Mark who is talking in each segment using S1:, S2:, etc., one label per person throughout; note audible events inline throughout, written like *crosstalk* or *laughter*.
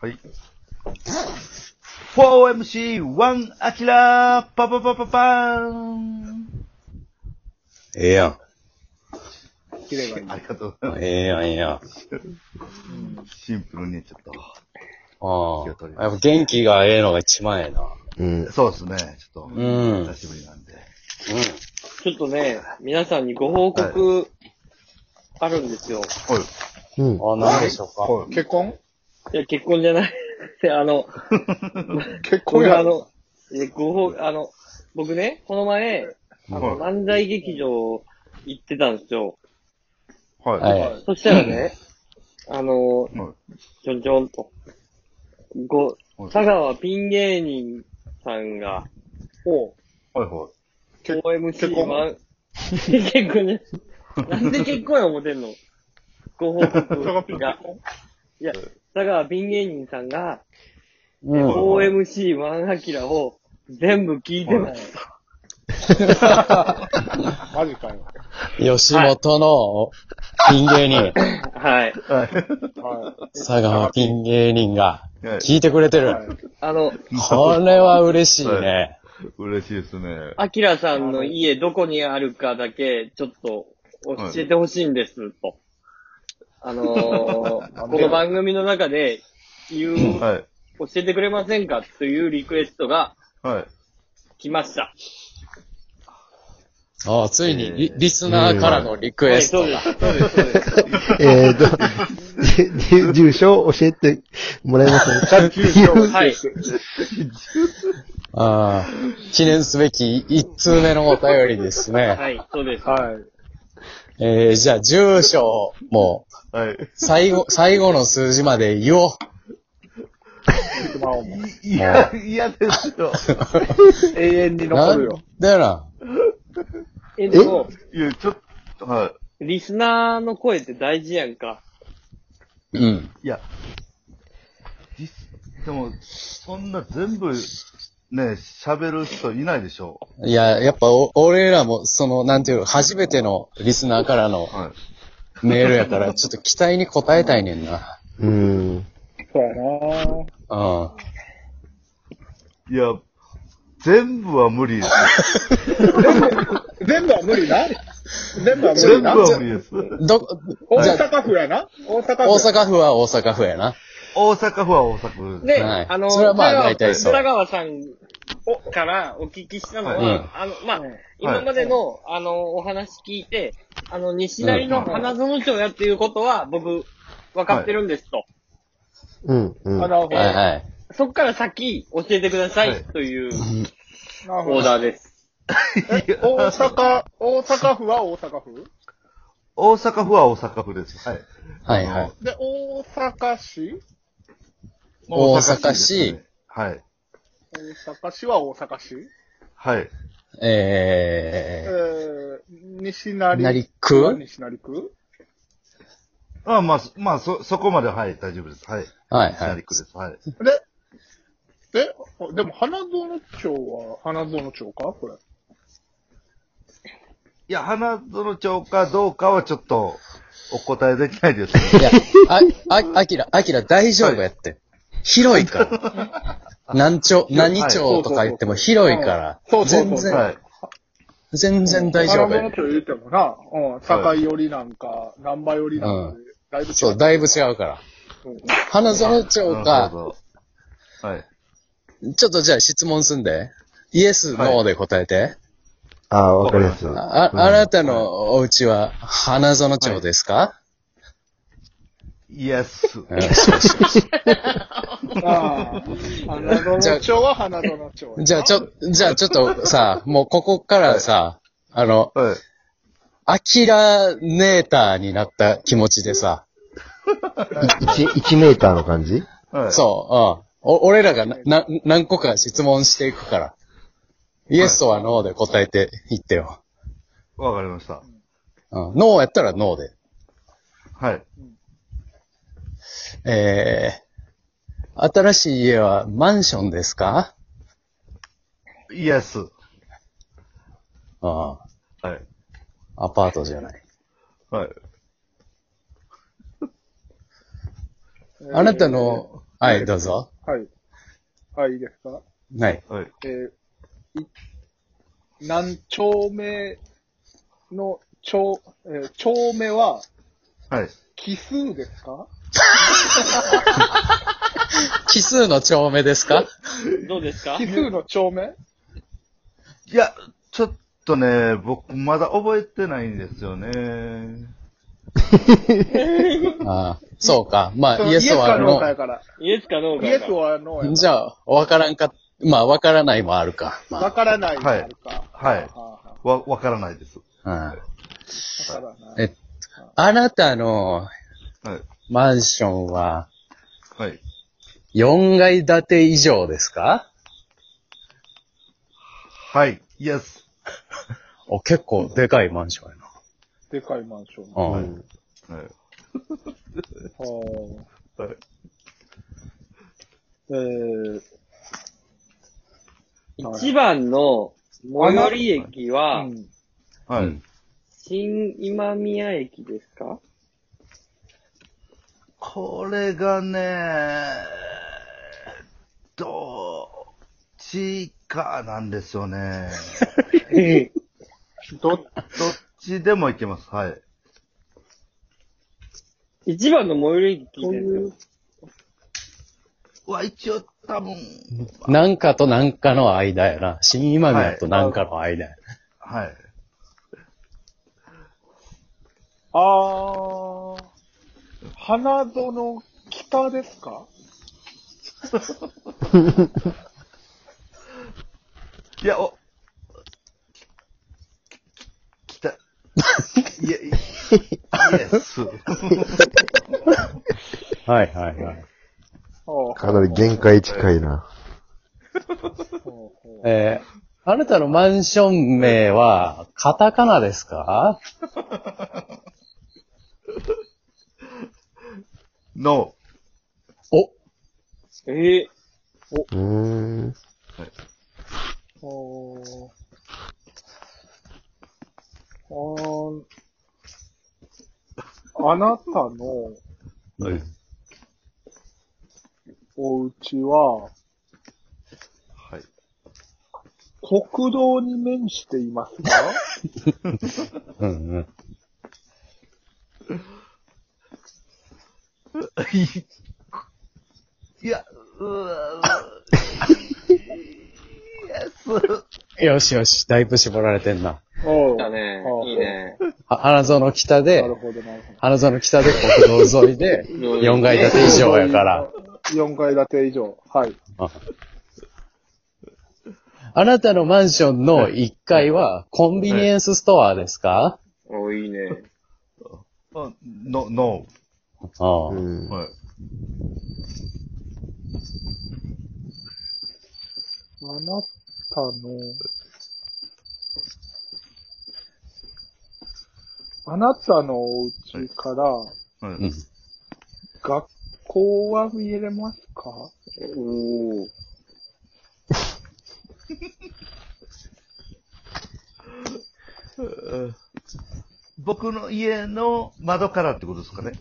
S1: はい。4MC1 アキラパパパパパーン
S2: ええやん。
S3: 切ればいい。
S1: ありがとうございま
S2: ええやん、ええやん。あ
S1: す。シンプルに言っちゃっ
S2: あ。
S1: 気
S2: や
S1: を取り
S2: っぱ元気がええのが一番ええな。
S4: うん
S1: た。。そうですね。ちょっと、
S2: うん
S1: 久しぶりなんで。
S3: *laughs* ちょっとね、皆さんにご報告あるんですよ。
S1: おい。
S4: うん。
S2: うん。あ、なんでしょうか。
S5: はい結婚
S3: いや、結婚じゃない。 *laughs* あの、
S5: 結婚
S3: 僕あ
S5: やろ。
S3: の、いやご報あの、僕ね、この前、あの、
S1: は
S3: 漫才劇場行ってたんですよ。
S1: はい。
S2: は
S1: はいい。
S3: そしたらね、あの、ちょんちょんと、ご、
S1: はい
S3: 佐川ピン芸人さんが、
S5: おう
S1: はいはい。
S5: け
S3: OMC
S5: 結婚
S3: ま、結婚ね。なんで結婚や思てんのご報
S5: 佐賀
S3: 告
S5: ピン
S3: が
S5: 結。婚
S3: いや、佐川ピン芸人さんが、
S2: うん。
S3: *laughs*
S1: はい
S3: OMC1 アキラを全部聞いてます。
S5: マジかよ。
S2: 吉本のピン芸人、
S3: はい。
S5: は
S2: 佐川ピン芸人が
S1: はい
S2: 聞いてくれて
S5: い。
S2: る。
S5: はい
S3: あの、
S2: これは嬉しいね。
S1: 嬉しいですね。
S3: アキラさんの家どこにあるかだけ、ちょっと教えてほしいんです、と。あのー、この番組の中で言う、教
S1: はい。
S3: えてくれませんかというリクエストが
S1: はい。
S3: 来ました。
S2: ああ、ついに
S1: え
S2: リ
S1: ー
S2: リスナーからのリクエストが。
S3: そうです、そうです。
S4: えーと、住住所を教えてもらえませんかっていう。
S3: はい。
S2: ああ、記念すべき一通目のお便りですね。
S3: はい、そうです。
S5: はい。
S2: えー、じゃあ、住所も
S1: はい。
S2: 最後、最後の数字まで言おう。
S5: まあ、お前
S1: いや、嫌ですよ。
S5: 永遠に
S2: な
S5: 残る
S2: ん
S5: よ。
S2: だよな。
S3: え、でも、
S1: いや、ちょっと、は
S3: リスナーの声って大事やんか。
S2: うん。
S1: い。いや、実でも、そんな全部、ね、喋る人いないでしょ
S2: いや、やっぱお、俺らも、その、なんていう、初めてのリスナーからの
S1: う。はい。
S2: メールやから、ちょっと期待に応えたいねんな。
S4: うん。
S5: そうやな
S2: うん。
S1: いや、全部は無理です。
S5: 全部は無理な全部は無
S1: 全
S5: 理
S1: 部
S5: な
S1: は無理です。
S2: ど、
S5: 大
S2: じゃあ
S5: 阪府やな大阪府。
S2: 大阪府は大阪府やな。
S1: 大阪府は大阪府です。
S3: で、
S2: はい
S3: あの、
S2: それはまあ
S3: 佐川
S2: 大体そう
S3: 佐川さんをからお聞きしたのは、
S2: はいうん
S3: あの、まあ、今までの、あの、お話聞いて、あの、西成の花園町やっていうことは、僕、分かってるんですと。
S4: うん。うん。
S5: あ、なるほど。
S2: はい
S5: な
S2: はい。
S3: そっから先、教えてくださ
S1: はい
S3: い、という
S5: る
S3: オ
S5: ほ
S3: ー
S5: ど。
S3: ダーです。
S5: え大阪、大阪府は大阪府
S1: 大阪府は大阪府です。はい。
S2: はいはい。
S5: で、大阪市
S2: 大阪市
S1: ですね。はい。
S5: 大阪市は大阪市
S1: はい。
S5: え
S2: え
S5: ー、西成
S2: ー、成
S5: は
S2: 区
S5: 西成区
S1: あまあ、そまあ、そ、そこまでは、はい、大丈夫です。はい。
S2: はい
S1: 成
S2: は
S1: 区で
S2: い。
S1: す。はい。
S5: で、で、でも花園町は、花園町かこれ。
S1: いや、花園町かどうかはちょっと、お答えできないです。
S2: いや、あ、あ、あきら、あきら大丈夫やって。広いから。何町、何町とか言っても広いから。
S5: そうそうそ
S2: 全
S5: う
S2: 然、
S1: はい。
S2: 全然大丈夫
S5: 花
S2: やっ
S5: 園
S2: て
S5: 町言うてもな、うん、境寄りなんか、南波寄りなんかで、だいぶ違う。
S2: そう、だいぶ違うから。
S5: うん
S2: 花園
S1: そ
S2: 町か、
S1: はい。
S2: ちょっとじゃあ質問すんで。イエス、
S1: はい
S2: ノーで答えて。
S4: あーわかります。
S1: わか
S2: あ、あなたのお家は花園町ですか、
S1: イエス。
S2: うんそうそう
S5: ああ、花園町は花園町やな。
S2: じゃあちょ、じゃあちょっとさ、もうここからさ、あの、
S1: はい。
S2: アキラネーターになった気持ちでさ、
S4: 一一メーターの感じ
S1: はい。
S2: そう、うん。お俺らがな、な、何個か質問していくから。イエスとはノーで答えていってよ。
S1: う。わかりました。
S2: うん。ノーやったらノーで。
S1: はい。
S2: えー、新しい家はマンションですか
S1: イエス。
S2: うん。
S1: はい。
S2: アパートじゃない。
S1: はい。
S2: あなたの、はい、どうぞ。
S5: はい。はい、いいですか
S2: はい。
S1: はい。
S5: えーい何丁目の丁、えー丁目は
S1: はい。
S5: 奇数ですか
S2: 奇数の丁目です *laughs* か
S3: どうですか
S5: 奇数の丁目
S1: いや、ちょっとね、僕まだ覚えてないんですよね。
S2: ああ、そうか。まあ、イエス
S5: か
S2: は
S5: ノー
S2: の
S5: か。やから。
S3: イエスかノーか
S5: イ
S3: や
S5: エ
S3: から。
S5: スはノーや
S2: じゃあ、わからんか、まあ、わからないもあるか。
S5: わ
S2: ま
S5: からないのあるか。
S1: はい
S5: はあはあは
S1: わ、わからないです。
S2: あ、うん。
S5: あわからない。
S2: えっと、あなたの
S1: はい。
S2: マンションは
S1: はい。
S2: 4階建て以上ですか
S1: はい。イエス。
S2: お、結構でかいマンションや
S5: でかいマンション。
S2: な。う
S1: はい
S2: ん。
S1: はい。
S5: は
S1: はい
S5: あえー、
S3: 一番の最寄り駅は、
S5: うん
S1: はい。
S2: うん
S3: 新今宮駅ですか
S1: これがね、どっちかなんですよね。
S2: *laughs*
S5: ど、
S1: どっちでもいけます。はい。
S3: 一番の最寄り駅ですよ。
S1: は、一応多分、
S2: なんかとなんかの間やな。新今宮となんかの間やな。
S1: はい。
S5: あー、花園北ですか
S1: いや、お、き、きた、いや、いイエス。
S2: はいはいはい。
S5: か
S4: かなり限界近いな。
S2: えーあなたのマンション名は、カタカナですか
S1: ノ
S2: お、
S3: え
S4: うーん。
S5: おーあーあなたの
S2: うん、
S5: お家
S1: ー。
S5: は
S1: はい。
S5: 国道に面していますか
S3: *laughs*
S2: うんうん。
S1: いや、うーイエス。
S2: よしよし、だいぶ絞られてんな。
S5: おう
S3: だね
S5: あ。ー
S3: い
S2: *laughs*
S3: いね。
S2: は花園北
S5: な
S2: で
S5: る、ほど、なるほ
S2: 花園北で国道沿いで、4階建て以上やから。
S5: ど。4階建て以上。はい。
S2: あなたのマンションの1階はコンビニエンスストアですか、
S3: お、いいね。
S1: あノ、ノ
S2: ああ
S4: うん
S1: ー。はい。
S5: あなたの、あなたのお家から、
S1: はい。
S2: うん。
S5: 学校は見えれますか
S3: おー。
S1: 僕の家の窓からってことですかね。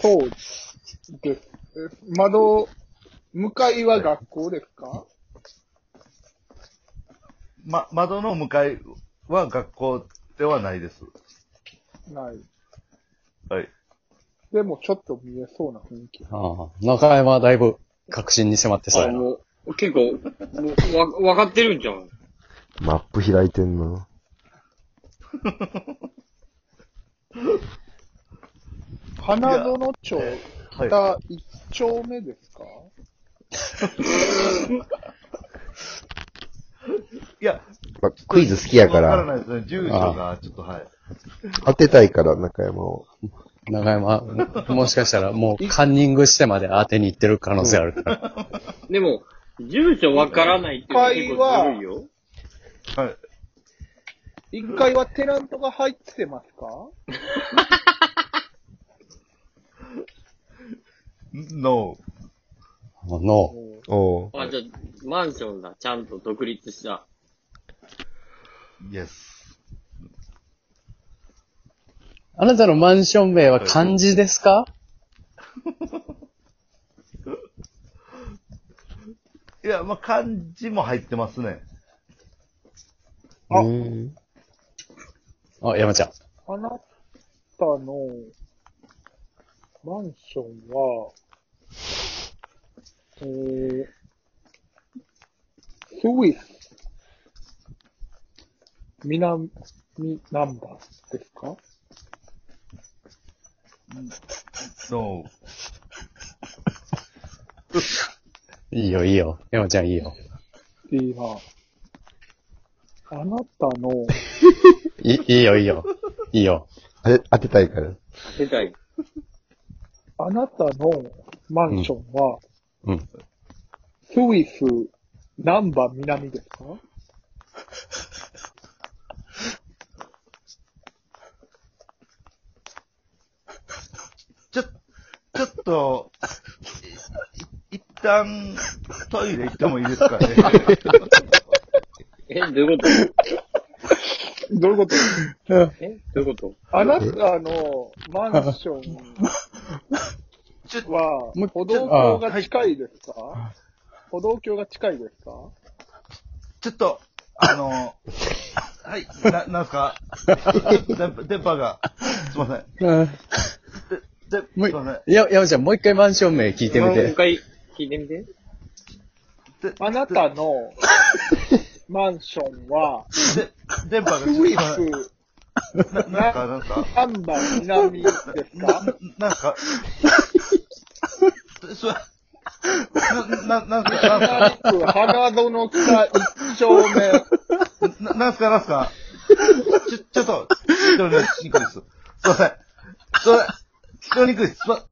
S5: そうです。え窓、向かいは学校ですか
S1: ま、窓の向かいは学校ではないです。
S5: ない。
S1: はい。
S5: でもちょっと見えそうな雰囲気。
S2: ああ中山はだいぶ確信に迫ってそう
S3: あ、
S2: やな。
S3: もう、結構、もう、わ、わかってるんじゃん。
S4: マップ開いてんな。
S5: 花園町、
S1: はい。
S5: 北一丁目ですか
S1: いや、
S4: まあ、クイズ好きやか
S1: わからな
S4: ら、
S1: いですね。住所が、ちょっとはい。
S4: 当てたいから、中山を。
S2: 中山、ももしかしたらもうカンニングしてまで当てに行ってる可能性あるから。
S3: でも、住所わからないっていうのは結構ずるいよ。
S1: はい。
S5: 一階はテナントが入ってますか
S1: ノー。
S2: の、
S4: おう。
S3: あ、じゃあ、マンションだ。ちゃんと独立した。
S1: イエス。
S5: あ
S2: あなたのマンション名は漢字ですか
S1: いや、まあ、漢字も入ってますね。
S2: うーんあ、山ちゃん。
S5: あなたのマンションは、えー、スイス、南、ナンバーですか
S1: の、
S2: いいよ、いいよ。山ちゃん、いいよ。
S5: いいな。あなたの、
S2: いいいよ、いいよ。いいよ。
S4: あれ、当てたいから。
S3: 世界。
S5: あなたのマンションは、
S2: うん。
S5: スイス、ナンバ南ですか
S1: ちょ、ちょっと、い一旦、トイレ行ってもいいですかね。 *laughs*
S3: え、どういうこと *laughs*
S5: どうい
S2: *laughs*
S5: うこと
S3: え、どういうこと
S5: あなたのマンション
S1: ちょ
S5: は
S2: もう、
S5: 歩道橋が近いですか歩道橋が近いですか
S1: ちょっと、あの、はい、な、なんすか電波電波が、すいません。
S2: *laughs* うん。
S1: で、です
S2: もう
S1: いません。
S2: いや、山ちゃん、もう一回マンション名聞いてみ
S3: もう一
S2: て。
S3: 回聞いてみて。
S1: で
S5: あなた
S1: *laughs*
S5: のマンションは、
S1: で、電波が、
S5: ス
S1: すい
S5: イ
S1: ません。
S5: ス、
S1: な、なんか、なんか、
S5: ナンバ南です
S1: な
S5: か、
S1: なんか、すな、な、なんすか、なんすか、
S5: 同じく花園北一丁目。
S1: な、なんすか、なんすか。ちょ、ちょっと、聞き取りにくいです。すいません。すいません。聞き取りにくいです。すいま